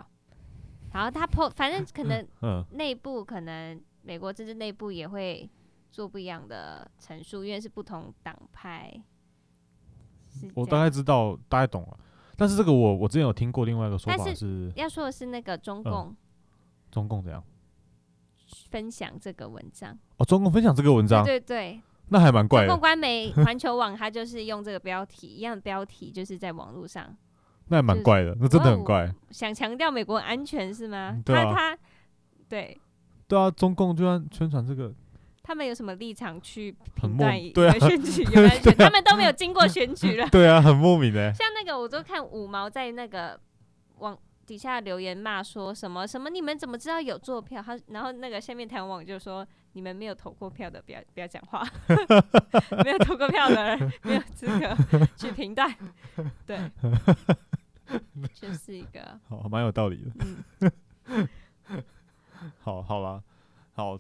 [SPEAKER 1] 然后他 po，反正可 能
[SPEAKER 2] 嗯，
[SPEAKER 1] 内部可能美国政治内部也会做不一样的陈述，因为是不同党派。是
[SPEAKER 2] 我
[SPEAKER 1] 这
[SPEAKER 2] 大
[SPEAKER 1] 样
[SPEAKER 2] 概知道，大概懂了。但是这个我我之前有听过另外一个说
[SPEAKER 1] 但
[SPEAKER 2] 法
[SPEAKER 1] 是
[SPEAKER 2] 是
[SPEAKER 1] 要说的是那个中
[SPEAKER 2] 嗯
[SPEAKER 1] 共
[SPEAKER 2] 中共怎样
[SPEAKER 1] 分享这个文章，
[SPEAKER 2] 哦，中共分享这个文章，
[SPEAKER 1] 对对对，
[SPEAKER 2] 那还蛮怪
[SPEAKER 1] 中共
[SPEAKER 2] 的，
[SPEAKER 1] 官媒环球 网它就是用这个标题一样的标题，就是在网络上
[SPEAKER 2] 那还蛮
[SPEAKER 1] 是
[SPEAKER 2] 怪的，那真的
[SPEAKER 1] 哦
[SPEAKER 2] 很怪。
[SPEAKER 1] 想强调美国安全是吗
[SPEAKER 2] 嗯？对啊
[SPEAKER 1] 他他对
[SPEAKER 2] 对啊，中共居然宣传这个，
[SPEAKER 1] 他们有什么立场去评
[SPEAKER 2] 很莫
[SPEAKER 1] 断
[SPEAKER 2] 名
[SPEAKER 1] 一
[SPEAKER 2] 对
[SPEAKER 1] 个
[SPEAKER 2] 啊
[SPEAKER 1] 选举有没有 安全？他们都没有经过选举了。
[SPEAKER 2] 对啊，很莫名 的。
[SPEAKER 1] 像那个，我都看五毛在那个网底下留言骂说什么什么，你们怎么知道有做票？他然后那个下面台湾网友就说你们没有投过票的，不要不要讲 话，没有投过票的人没有资格去评断。 对，就是一个
[SPEAKER 2] 好，蛮有道理的。
[SPEAKER 1] 嗯，
[SPEAKER 2] 好，好啦，好。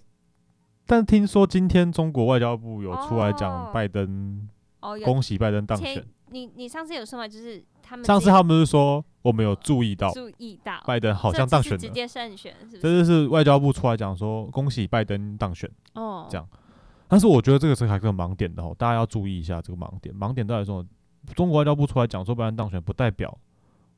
[SPEAKER 2] 但听说今天中国外交部有出来讲
[SPEAKER 1] 哦
[SPEAKER 2] 拜登，
[SPEAKER 1] 哦有
[SPEAKER 2] 恭喜拜登当
[SPEAKER 1] 前
[SPEAKER 2] 选。
[SPEAKER 1] 你你上次有说嘛，就是他们
[SPEAKER 2] 上次
[SPEAKER 1] 自己
[SPEAKER 2] 他们是说我们有注意到
[SPEAKER 1] 注意到，
[SPEAKER 2] 拜登好
[SPEAKER 1] 这
[SPEAKER 2] 像
[SPEAKER 1] 次
[SPEAKER 2] 当
[SPEAKER 1] 是
[SPEAKER 2] 选
[SPEAKER 1] 直
[SPEAKER 2] 了，
[SPEAKER 1] 接胜选是不
[SPEAKER 2] 这
[SPEAKER 1] 是？
[SPEAKER 2] 就是外交部出来讲说恭喜拜登当选。
[SPEAKER 1] 哦，
[SPEAKER 2] 这样但是我觉得这个是还是个盲点的哦，大家要注意一下这个盲点。盲点到底是什么？中国外交部出来讲说拜登当选，不代表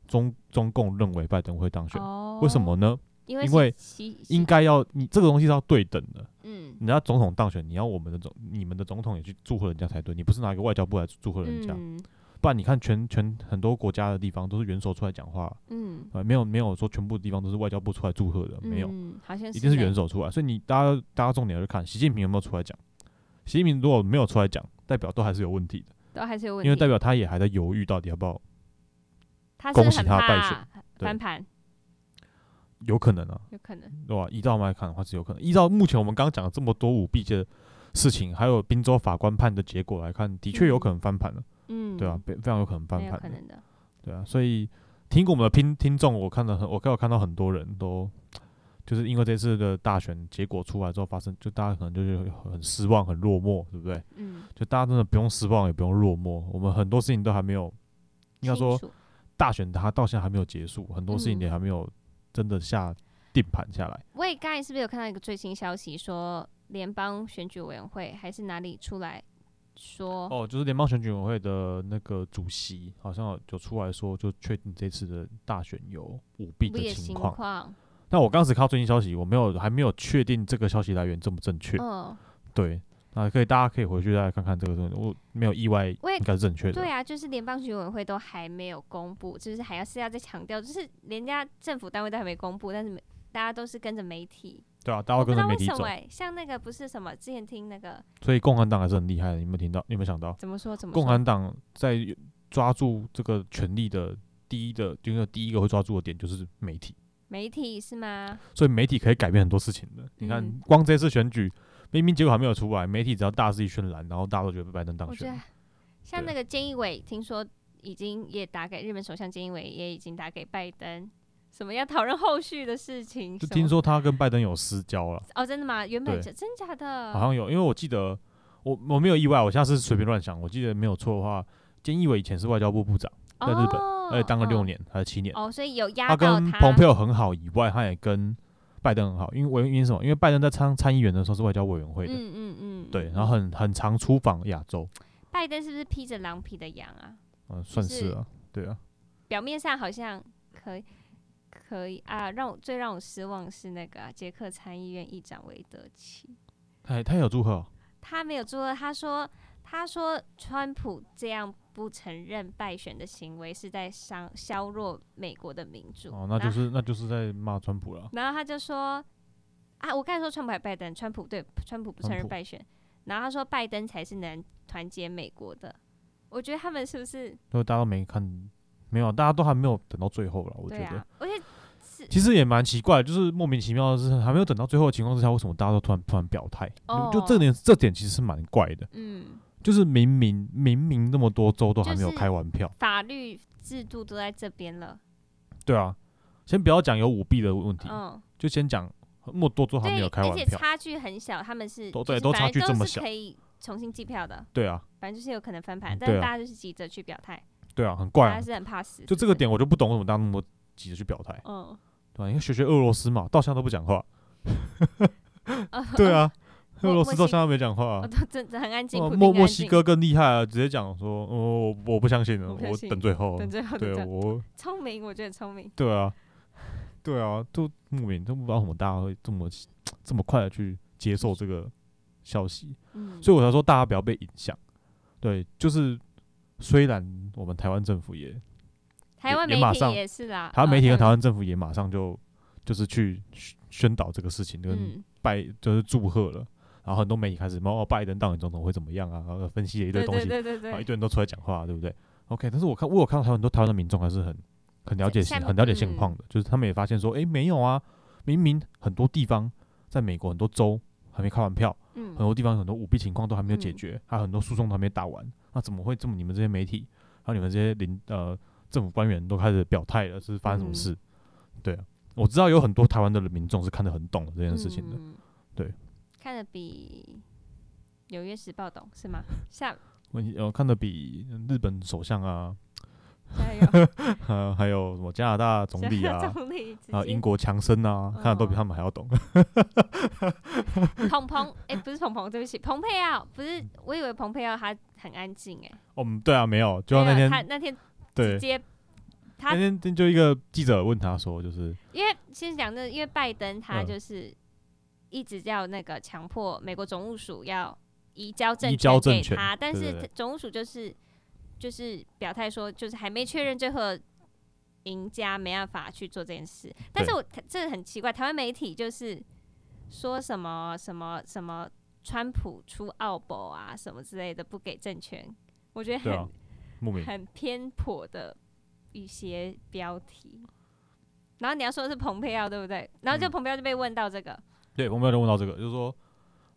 [SPEAKER 2] 中中共认为拜登会当选，
[SPEAKER 1] 哦，
[SPEAKER 2] 为什么呢？
[SPEAKER 1] 因为
[SPEAKER 2] 因
[SPEAKER 1] 是
[SPEAKER 2] 为
[SPEAKER 1] 习习
[SPEAKER 2] 应该要你这个东西是要对等的，
[SPEAKER 1] 嗯
[SPEAKER 2] 人家总统当选，你要我们的总你们的总统也去祝贺人家才对，你不是拿一个外交部来祝贺人家，
[SPEAKER 1] 嗯
[SPEAKER 2] 不然你看全全很多国家的地方都是元首出来讲话，
[SPEAKER 1] 嗯。
[SPEAKER 2] 呃，没有没有说全部地方都是外交部出来祝贺的，没有，
[SPEAKER 1] 嗯、好像
[SPEAKER 2] 一定是
[SPEAKER 1] 没
[SPEAKER 2] 元首出来，所以你大家大家重点要去看习近平有没有出来讲，习近平如果没有出来讲，代表都还是有问题的，
[SPEAKER 1] 都还是有问题，
[SPEAKER 2] 因为代表他也还在犹豫到底要不要，
[SPEAKER 1] 他是
[SPEAKER 2] 恭喜
[SPEAKER 1] 很
[SPEAKER 2] 他
[SPEAKER 1] 怕
[SPEAKER 2] 败选对
[SPEAKER 1] 翻盘
[SPEAKER 2] 有可能啊，
[SPEAKER 1] 有可能，
[SPEAKER 2] 对吧？依照我们来看的话是有可能。依照目前我们刚刚讲了这么多舞弊的事情，还有滨州法官判的结果来看，的确有可能翻盘了，
[SPEAKER 1] 嗯，
[SPEAKER 2] 对啊，，非非常有可能翻
[SPEAKER 1] 很有
[SPEAKER 2] 盘
[SPEAKER 1] 可
[SPEAKER 2] 的，
[SPEAKER 1] 能的，
[SPEAKER 2] 对啊。所以听过我们的听听众，我看到很，我刚有看到很多人都就是因为这次的大选结果出来之后发生，就大家可能就是很失望、很落寞，对不对？
[SPEAKER 1] 嗯，
[SPEAKER 2] 就大家真的不用失望，也不用落寞，我们很多事情都还没有，应该说
[SPEAKER 1] 清楚
[SPEAKER 2] 大选它到现在还没有结束，很多事情
[SPEAKER 1] 嗯
[SPEAKER 2] 也还没有真的下定盘下来。
[SPEAKER 1] 喂，刚才是不是有看到一个最新消息说，联邦选举委员会还是哪里出来说，
[SPEAKER 2] 哦，就是联邦选举委员会的那个主席好像有就出来说，就确定这次的大选有舞弊
[SPEAKER 1] 不
[SPEAKER 2] 的
[SPEAKER 1] 也
[SPEAKER 2] 情
[SPEAKER 1] 情
[SPEAKER 2] 况。那我刚只看到最新消息，我没有还没有确定这个消息来源正不正确。
[SPEAKER 1] 嗯，
[SPEAKER 2] 对，那可以大家可以回去再看看这个东西，我没有意外，
[SPEAKER 1] 喂
[SPEAKER 2] 应该是正确的。
[SPEAKER 1] 哎对啊，就是联邦选举委员会都还没有公布，就是还要是要再强调，就是人家政府单位都还没公布，但是每大家都是跟着媒体，
[SPEAKER 2] 对啊，大家要
[SPEAKER 1] 不
[SPEAKER 2] 跟
[SPEAKER 1] 知道
[SPEAKER 2] 着媒
[SPEAKER 1] 为
[SPEAKER 2] 体
[SPEAKER 1] 什
[SPEAKER 2] 走
[SPEAKER 1] 么、，欸，像那个不是什么之前听那个
[SPEAKER 2] 所以共产党还是很厉害的。你有没有听到？你有没有想到？
[SPEAKER 1] 怎么说怎么
[SPEAKER 2] 共
[SPEAKER 1] 说，
[SPEAKER 2] 产党在抓住这个权力的第一的，就是第一个会抓住的点就是媒体。
[SPEAKER 1] 媒体是吗？
[SPEAKER 2] 所以媒体可以改变很多事情的。你看
[SPEAKER 1] 嗯，
[SPEAKER 2] 光这次选举，明明结果还没有出来，媒体只要大肆一渲染，然后大家都觉得拜登当
[SPEAKER 1] 我觉
[SPEAKER 2] 选
[SPEAKER 1] 得
[SPEAKER 2] 了。
[SPEAKER 1] 像那个
[SPEAKER 2] 对
[SPEAKER 1] 菅义伟，听说已经也打给日本首相菅义伟，也已经打给拜登，什么要讨论后续的事情。
[SPEAKER 2] 就
[SPEAKER 1] 什
[SPEAKER 2] 听
[SPEAKER 1] 么
[SPEAKER 2] 说他跟拜登有私交了，
[SPEAKER 1] 哦，真的吗？原本
[SPEAKER 2] 对
[SPEAKER 1] 真真假的？
[SPEAKER 2] 好像有，因为我记得我我没有意外，我现在是随便乱想，我记得没有错的话，菅义伟以前是外交部部长，在日本
[SPEAKER 1] 哦、
[SPEAKER 2] 而且当了六
[SPEAKER 1] 嗯。
[SPEAKER 2] 年还是七年，
[SPEAKER 1] 哦，所以有压
[SPEAKER 2] 他
[SPEAKER 1] 到
[SPEAKER 2] 跟
[SPEAKER 1] 他
[SPEAKER 2] 蓬佩奥很好以外，他也跟拜登很好，因为我因为什么？因为拜登在参参议员的时候是外交委员会的，
[SPEAKER 1] 嗯嗯嗯，
[SPEAKER 2] 对，
[SPEAKER 1] 嗯
[SPEAKER 2] 然后很很常出访亚洲，
[SPEAKER 1] 拜登是不是披着狼皮的羊啊？
[SPEAKER 2] 嗯、算
[SPEAKER 1] 就是
[SPEAKER 2] 是啊，对啊，
[SPEAKER 1] 表面上好像可以可以啊，让我最让我失望是那个啊捷克参议院议长韦德奇，
[SPEAKER 2] 他也他也有祝贺哦，
[SPEAKER 1] 他没有做，他说他说川普这样不承认败选的行为是在伤削弱美国的民主，
[SPEAKER 2] 哦，那
[SPEAKER 1] 然
[SPEAKER 2] 就
[SPEAKER 1] 后
[SPEAKER 2] 是那就是在骂川普了，
[SPEAKER 1] 然后他就说啊，我刚才说川普还拜登，川普对川普不
[SPEAKER 2] 川
[SPEAKER 1] 承认
[SPEAKER 2] 普
[SPEAKER 1] 败选，然后他说拜登才是能团结美国的。我觉得他们是不是
[SPEAKER 2] 因为大家都没看，没有，大家都还没有等到最后了，我
[SPEAKER 1] 对
[SPEAKER 2] 觉得。
[SPEAKER 1] 啊？而且是
[SPEAKER 2] 其实也蛮奇怪，就是莫名其妙的是，还没有等到最后的情况之下，为什么大家都突然突然表态？
[SPEAKER 1] 哦
[SPEAKER 2] 就这点，这点其实是蛮怪的。
[SPEAKER 1] 嗯，
[SPEAKER 2] 就是明明明明那么多州都还没有
[SPEAKER 1] 就是
[SPEAKER 2] 开完票，
[SPEAKER 1] 法律制度都在这边了，
[SPEAKER 2] 对啊，先不要讲有舞弊的问题，
[SPEAKER 1] 嗯，
[SPEAKER 2] 就先讲那么多州还没
[SPEAKER 1] 对，
[SPEAKER 2] 哦有开完
[SPEAKER 1] 而且
[SPEAKER 2] 票，
[SPEAKER 1] 差距很小，他们是
[SPEAKER 2] 都
[SPEAKER 1] 就是
[SPEAKER 2] 对都
[SPEAKER 1] 反正
[SPEAKER 2] 差距这么
[SPEAKER 1] 都是
[SPEAKER 2] 小
[SPEAKER 1] 可以重新计票的，
[SPEAKER 2] 对啊，
[SPEAKER 1] 反正就是有可能翻盘，
[SPEAKER 2] 嗯
[SPEAKER 1] 但是
[SPEAKER 2] 对啊
[SPEAKER 1] 大家就是急着去表态，
[SPEAKER 2] 对啊，很怪
[SPEAKER 1] 大
[SPEAKER 2] 啊
[SPEAKER 1] 家。是很怕死，
[SPEAKER 2] 就这个
[SPEAKER 1] 是不是，
[SPEAKER 2] 点我就不懂为什么大家那么急着去表态，
[SPEAKER 1] 嗯，
[SPEAKER 2] 对吧、因为学学俄罗斯嘛，到现在都不讲话，
[SPEAKER 1] 哦
[SPEAKER 2] 对，啊，
[SPEAKER 1] 墨
[SPEAKER 2] 俄罗斯到
[SPEAKER 1] 墨西
[SPEAKER 2] 现在没讲话啊、
[SPEAKER 1] 我都真的很安静，
[SPEAKER 2] 哦
[SPEAKER 1] 普丁
[SPEAKER 2] 墨
[SPEAKER 1] 很
[SPEAKER 2] 墨
[SPEAKER 1] 安
[SPEAKER 2] 西
[SPEAKER 1] 静，
[SPEAKER 2] 哥更厉害啊，直接讲说，哦，我我不相信了，
[SPEAKER 1] 我不相
[SPEAKER 2] 我
[SPEAKER 1] 信
[SPEAKER 2] 等最后，
[SPEAKER 1] 等最后
[SPEAKER 2] 对
[SPEAKER 1] 的这
[SPEAKER 2] 我
[SPEAKER 1] 聪明，我觉得聪明，
[SPEAKER 2] 对啊，对啊，都莫名都不知道为什么大家会这么这么快的去接受这个消息，
[SPEAKER 1] 嗯，
[SPEAKER 2] 所以我才说大家不要被影响。对，就是虽然我们台湾政府也，
[SPEAKER 1] 台湾
[SPEAKER 2] 也
[SPEAKER 1] 媒
[SPEAKER 2] 马
[SPEAKER 1] 体
[SPEAKER 2] 上
[SPEAKER 1] 也是啦，
[SPEAKER 2] 台湾媒体
[SPEAKER 1] 嗯
[SPEAKER 2] 跟台湾政府也马上就就是去宣宣导这个事情，跟
[SPEAKER 1] 嗯，
[SPEAKER 2] 拜就是祝贺了，然后很多媒体开始猫哦拜登当选总统会怎么样啊，然后分析了一堆
[SPEAKER 1] 对
[SPEAKER 2] 东
[SPEAKER 1] 对
[SPEAKER 2] 西，
[SPEAKER 1] 对对
[SPEAKER 2] 然后一
[SPEAKER 1] 对，
[SPEAKER 2] 堆人都出来讲话，对不对？OK，但是我看我有看到台湾很多台湾的民众还是很很了解
[SPEAKER 1] 下
[SPEAKER 2] 现
[SPEAKER 1] 面
[SPEAKER 2] 很了解
[SPEAKER 1] 嗯
[SPEAKER 2] 现况的，就是他们也发现说，诶，没有啊，明明很多地方在美国很多州还没开完票，
[SPEAKER 1] 嗯
[SPEAKER 2] 很，多地方很多舞弊情况都还没有解
[SPEAKER 1] 嗯
[SPEAKER 2] 决，还有很多诉讼都还没打完，那怎么会这么你们这些媒体，还有你们这些领呃政府官员都开始表态了，是发生什么
[SPEAKER 1] 嗯
[SPEAKER 2] 事？对啊，我知道有很多台湾的民众是看得很懂这件事情的，
[SPEAKER 1] 嗯
[SPEAKER 2] 对，
[SPEAKER 1] 看得比《纽约时报》懂是吗？ 下
[SPEAKER 2] 我我呃看得比日本首相啊，
[SPEAKER 1] 加油，
[SPEAKER 2] 呃还有什么加拿大总理 啊。
[SPEAKER 1] 总理直
[SPEAKER 2] 啊，
[SPEAKER 1] 接
[SPEAKER 2] 英国强森啊，看的都
[SPEAKER 1] 哦
[SPEAKER 2] 比他们还要懂。
[SPEAKER 1] 蓬蓬，哎、不是蓬蓬，对不起，蓬佩奥，不是，我以为蓬佩奥他很安静、哎，
[SPEAKER 2] 我们、对啊，没有，就像那
[SPEAKER 1] 没有
[SPEAKER 2] 天，
[SPEAKER 1] 他那天直
[SPEAKER 2] 对，
[SPEAKER 1] 接，他
[SPEAKER 2] 那天就一个记者问他说，就是
[SPEAKER 1] 因为先讲的，因为拜登他
[SPEAKER 2] 嗯
[SPEAKER 1] 就是一直要那个强迫美国总务署要移交政
[SPEAKER 2] 移交
[SPEAKER 1] 权
[SPEAKER 2] 政
[SPEAKER 1] 给
[SPEAKER 2] 权
[SPEAKER 1] 他，但
[SPEAKER 2] 对
[SPEAKER 1] 是
[SPEAKER 2] 对对
[SPEAKER 1] 总务署就是就是表态说，就是还没确认最后的赢家，没办法去做这件事。但是我这很奇怪，台湾媒体就是说什么什么什么川普出澳博啊什么之类的，不给政权，我觉得
[SPEAKER 2] 对
[SPEAKER 1] 很、
[SPEAKER 2] 啊莫名，
[SPEAKER 1] 很偏颇的一些标题。然后你要说的是蓬佩奥对不对？然后就
[SPEAKER 2] 嗯
[SPEAKER 1] 蓬佩奥就被问到这个，
[SPEAKER 2] 对，我们有人问到这个，就是说，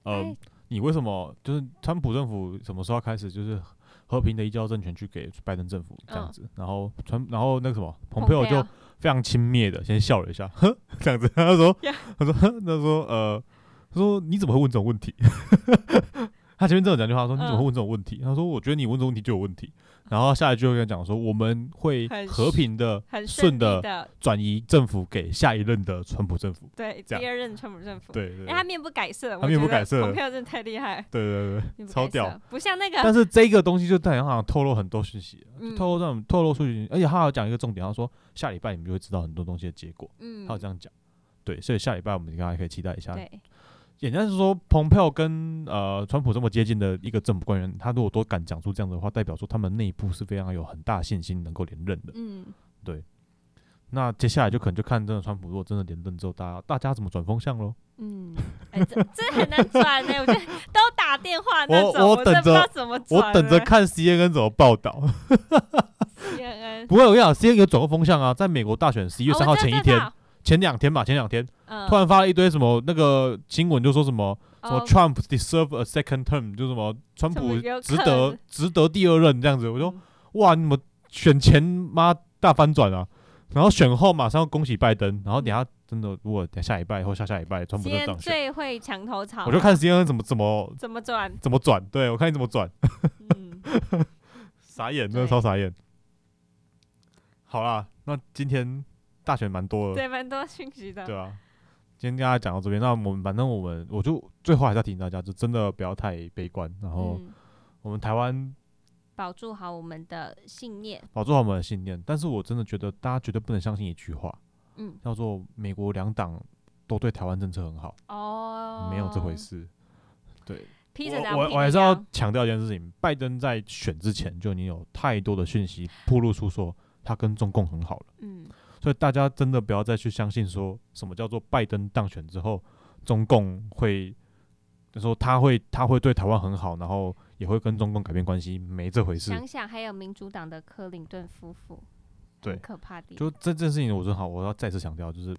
[SPEAKER 2] 呃，
[SPEAKER 1] 哎
[SPEAKER 2] 你为什么就是川普政府什么时候要开始就是和平的移交政权去给拜登政府这样
[SPEAKER 1] 嗯
[SPEAKER 2] 子？然后川，然后那个什么，
[SPEAKER 1] 蓬
[SPEAKER 2] 蓬佩奥
[SPEAKER 1] 奥
[SPEAKER 2] 就非常轻蔑的先笑了一下， 呵，这样子，他说，
[SPEAKER 1] 呀
[SPEAKER 2] 他说，呵他说，呃，他说你怎么会问这种问题？ 他前面这种讲句话
[SPEAKER 1] 嗯
[SPEAKER 2] 说你怎么会问这种问题？他说我觉得你问这种问题就有问题。然后下一句就跟他讲说我们会
[SPEAKER 1] 很
[SPEAKER 2] 和平的、
[SPEAKER 1] 很顺
[SPEAKER 2] 顺
[SPEAKER 1] 利
[SPEAKER 2] 的
[SPEAKER 1] 的，
[SPEAKER 2] 转移政府给下一任的川普政府。
[SPEAKER 1] 对
[SPEAKER 2] 这样
[SPEAKER 1] 第二任川普政府，
[SPEAKER 2] 对对
[SPEAKER 1] 因哦
[SPEAKER 2] 对
[SPEAKER 1] 哎为他面不改色，
[SPEAKER 2] 他面不改色
[SPEAKER 1] 蓬佩奥真的太厉害，
[SPEAKER 2] 对对
[SPEAKER 1] 面
[SPEAKER 2] 对，
[SPEAKER 1] 不
[SPEAKER 2] 超
[SPEAKER 1] 改色
[SPEAKER 2] 屌。，
[SPEAKER 1] 不像那
[SPEAKER 2] 但
[SPEAKER 1] 个，
[SPEAKER 2] 是这个东西就在好像透露很多讯息了，就
[SPEAKER 1] 嗯
[SPEAKER 2] 透露这种透露出去，而且他还有讲一个重点，他说下礼拜你们就会知道很多东西的结果，
[SPEAKER 1] 嗯
[SPEAKER 2] 他有这样讲。对，所以下礼拜我们大家可以期待一下
[SPEAKER 1] 对，
[SPEAKER 2] 简单是说，蓬佩奥跟呃川普这么接近的一个政府官员，他如果都敢讲出这样的话，代表说他们内部是非常有很大信心能够连任的。
[SPEAKER 1] 嗯，
[SPEAKER 2] 那接下来就可能就看真的川普如果真的连任之后，大家大家怎么转风向喽？
[SPEAKER 1] 嗯，哎、这这很难转 呢、我觉得都打电话那
[SPEAKER 2] 我
[SPEAKER 1] 种，
[SPEAKER 2] 我
[SPEAKER 1] 真的
[SPEAKER 2] 等
[SPEAKER 1] 不知
[SPEAKER 2] 着
[SPEAKER 1] 道怎么转、啊哦
[SPEAKER 2] 我 等着。看 CNN 怎么报道。
[SPEAKER 1] CNN，
[SPEAKER 2] 不过我跟你讲，CNN 有转过风向啊，在美国大选十一月
[SPEAKER 1] 哦
[SPEAKER 2] 三号
[SPEAKER 1] 我知道
[SPEAKER 2] 前一
[SPEAKER 1] 知
[SPEAKER 2] 天，
[SPEAKER 1] 道
[SPEAKER 2] 前两天吧，前两天
[SPEAKER 1] 嗯，
[SPEAKER 2] 突然发了一堆什么那个新闻，就说什么什么
[SPEAKER 1] 哦
[SPEAKER 2] Trump deserve a second term，就什么川
[SPEAKER 1] 怎
[SPEAKER 2] 普
[SPEAKER 1] 么有
[SPEAKER 2] 值
[SPEAKER 1] 可
[SPEAKER 2] 得
[SPEAKER 1] 能
[SPEAKER 2] 值得第二任这样子。我说
[SPEAKER 1] 嗯
[SPEAKER 2] 哇，你怎么选前妈大翻转啊？然后选后马上要恭喜拜登，然后等下真的如果等下下礼拜或下下礼拜川普
[SPEAKER 1] 今
[SPEAKER 2] 再
[SPEAKER 1] 天
[SPEAKER 2] 当选，
[SPEAKER 1] 最会墙头草，
[SPEAKER 2] 我就看 CNN 怎么怎么
[SPEAKER 1] 怎么转，
[SPEAKER 2] 怎么转，对我看你怎么转，
[SPEAKER 1] 嗯，
[SPEAKER 2] 傻眼，真的
[SPEAKER 1] 对
[SPEAKER 2] 超傻眼。好啦，那今天大选蛮多的，
[SPEAKER 1] 对，蛮多讯息的，
[SPEAKER 2] 对啊，今天跟大家讲到这边，那我们反正我们我就最后还是要提醒大家，就真的不要太悲观，然后
[SPEAKER 1] 嗯，
[SPEAKER 2] 我们台湾
[SPEAKER 1] 保住好我们的信念，
[SPEAKER 2] 保住好我们的信念，但是我真的觉得大家绝对不能相信一句话，
[SPEAKER 1] 嗯，
[SPEAKER 2] 叫做美国两党都对台湾政策很好，
[SPEAKER 1] 哦，
[SPEAKER 2] 没有这回，事。对，
[SPEAKER 1] 披着
[SPEAKER 2] 我
[SPEAKER 1] 良
[SPEAKER 2] 我
[SPEAKER 1] 心
[SPEAKER 2] 我还是
[SPEAKER 1] 一
[SPEAKER 2] 要
[SPEAKER 1] 样
[SPEAKER 2] 强调一件事情，拜登在选之前就已经有太多的讯息暴露出说他跟中共很好了，
[SPEAKER 1] 嗯，
[SPEAKER 2] 所以大家真的不要再去相信说什么叫做拜登当选之后中共会。就说他会，他会对台湾很好，然后也会跟中共改变关系，没这回事。
[SPEAKER 1] 想想还有民主党的克林顿夫妇，
[SPEAKER 2] 对
[SPEAKER 1] 很可怕的，
[SPEAKER 2] 就这件事情，我说好，我要再次强调，就是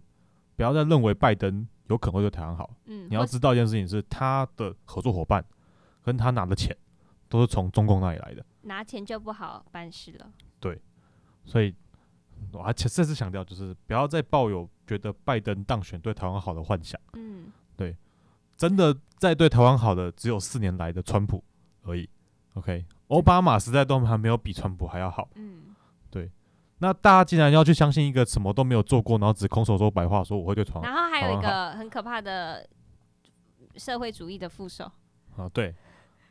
[SPEAKER 2] 不要再认为拜登有可能会对台湾好。
[SPEAKER 1] 嗯，
[SPEAKER 2] 你要
[SPEAKER 1] 或
[SPEAKER 2] 知道一件事情是，他的合作伙伴跟他拿的钱都是从中共那里来的，
[SPEAKER 1] 拿钱就不好办事了，
[SPEAKER 2] 所以我还再次强调，就是不要再抱有觉得拜登当选对台湾好的幻想。
[SPEAKER 1] 嗯，
[SPEAKER 2] 真的在对台湾好的只有四年来的川普而已。OK，奥巴马时代都还没有比川普还要好。
[SPEAKER 1] 嗯，
[SPEAKER 2] 那大家竟然要去相信一个什么都没有做过，然后只空手说白话，说我会对台湾
[SPEAKER 1] 然后还有一
[SPEAKER 2] 好啊
[SPEAKER 1] 个很可怕的社会主义的副手，
[SPEAKER 2] 啊，对，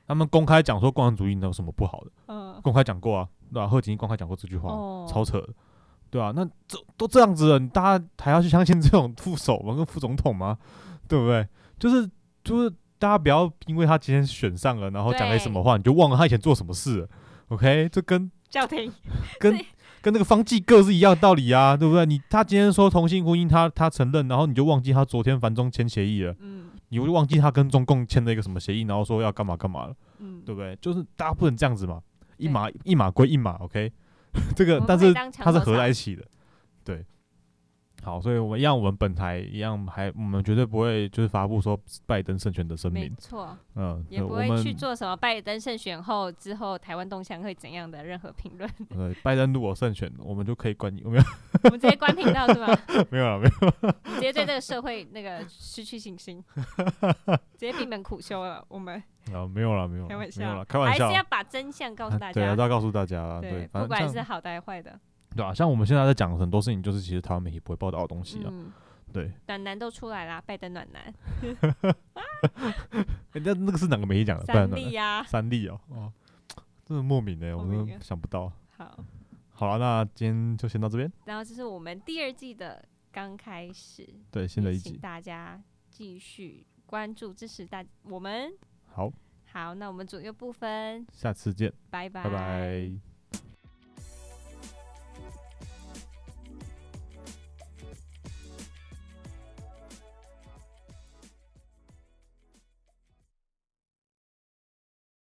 [SPEAKER 2] 他们公开讲说共产主义能有什么不好的？
[SPEAKER 1] 嗯，
[SPEAKER 2] 公开讲过啊，对吧、啊？贺锦丽公开讲过这句话，
[SPEAKER 1] 哦
[SPEAKER 2] 超扯的，对啊，那这都这样子了，你大家还要去相信这种副手吗？跟副总统吗？对不对？就是就是，大家不要因为他今天选上了，然后讲了
[SPEAKER 1] 对
[SPEAKER 2] 什么话，你就忘了他以前做什么事了。OK，这 跟
[SPEAKER 1] 叫停，
[SPEAKER 2] 跟
[SPEAKER 1] 对
[SPEAKER 2] 跟那个方济各是一样的道理啊，对不对？你他今天说同性婚姻他，他承认，然后你就忘记他昨天繁中签协议了，
[SPEAKER 1] 嗯
[SPEAKER 2] 你就忘记他跟中共签了一个什么协议，然后说要干嘛干嘛了。
[SPEAKER 1] 嗯，
[SPEAKER 2] 对不对？就是大家不能这样子嘛，一
[SPEAKER 1] 对
[SPEAKER 2] 码一码归一码，OK 。 这个
[SPEAKER 1] 我们
[SPEAKER 2] 但
[SPEAKER 1] 可以
[SPEAKER 2] 是
[SPEAKER 1] 当
[SPEAKER 2] 它是
[SPEAKER 1] 墙头
[SPEAKER 2] 合在
[SPEAKER 1] 草
[SPEAKER 2] 一起的，对。好，所以我们一样，我们本台一样还，我们绝对不会就是发布说拜登胜选的声
[SPEAKER 1] 没
[SPEAKER 2] 明，
[SPEAKER 1] 错，
[SPEAKER 2] 嗯，
[SPEAKER 1] 也
[SPEAKER 2] 对
[SPEAKER 1] 不
[SPEAKER 2] 我
[SPEAKER 1] 会去
[SPEAKER 2] 们
[SPEAKER 1] 做什么拜登胜选后之后台湾动向会怎样的任何评论，
[SPEAKER 2] 呃，拜登如果胜选，我们就 可以关你，我没有
[SPEAKER 1] 我们直接关频道是吧？
[SPEAKER 2] 没有了，没有
[SPEAKER 1] 直接对这个社会那个失去信 心，直接闭门苦修了。我们
[SPEAKER 2] 啊，没有了，没有
[SPEAKER 1] 开 玩
[SPEAKER 2] 了，没有
[SPEAKER 1] 笑
[SPEAKER 2] 了，开玩
[SPEAKER 1] 还
[SPEAKER 2] 笑啊
[SPEAKER 1] 是，要把真相告诉大
[SPEAKER 2] 对，还
[SPEAKER 1] 家
[SPEAKER 2] 是。要告诉大家啦，
[SPEAKER 1] 对，
[SPEAKER 2] 反
[SPEAKER 1] 不
[SPEAKER 2] 正
[SPEAKER 1] 管
[SPEAKER 2] 像
[SPEAKER 1] 是好的还是坏的，
[SPEAKER 2] 对啊，像我们现在在讲很多事情，就是其实台湾媒体不会报道的东西啊，
[SPEAKER 1] 嗯，
[SPEAKER 2] 对，
[SPEAKER 1] 暖男都出来啦，拜登暖男，
[SPEAKER 2] 诶那那个是哪个媒体讲的？不然
[SPEAKER 1] 三
[SPEAKER 2] 呢
[SPEAKER 1] 立呀。
[SPEAKER 2] 三立哦，哦，真的莫名的，我
[SPEAKER 1] 莫名啊
[SPEAKER 2] 真的
[SPEAKER 1] 的
[SPEAKER 2] 想不到。
[SPEAKER 1] 好，
[SPEAKER 2] 好了，那今天就先到这边。
[SPEAKER 1] 然后这是我们第二季的刚开始，
[SPEAKER 2] 对，新的
[SPEAKER 1] 也
[SPEAKER 2] 一
[SPEAKER 1] 请
[SPEAKER 2] 集，
[SPEAKER 1] 大家继续关注支持大我们。
[SPEAKER 2] 好，
[SPEAKER 1] 好，那我们左右部分，
[SPEAKER 2] 下次见，
[SPEAKER 1] 拜拜
[SPEAKER 2] 拜拜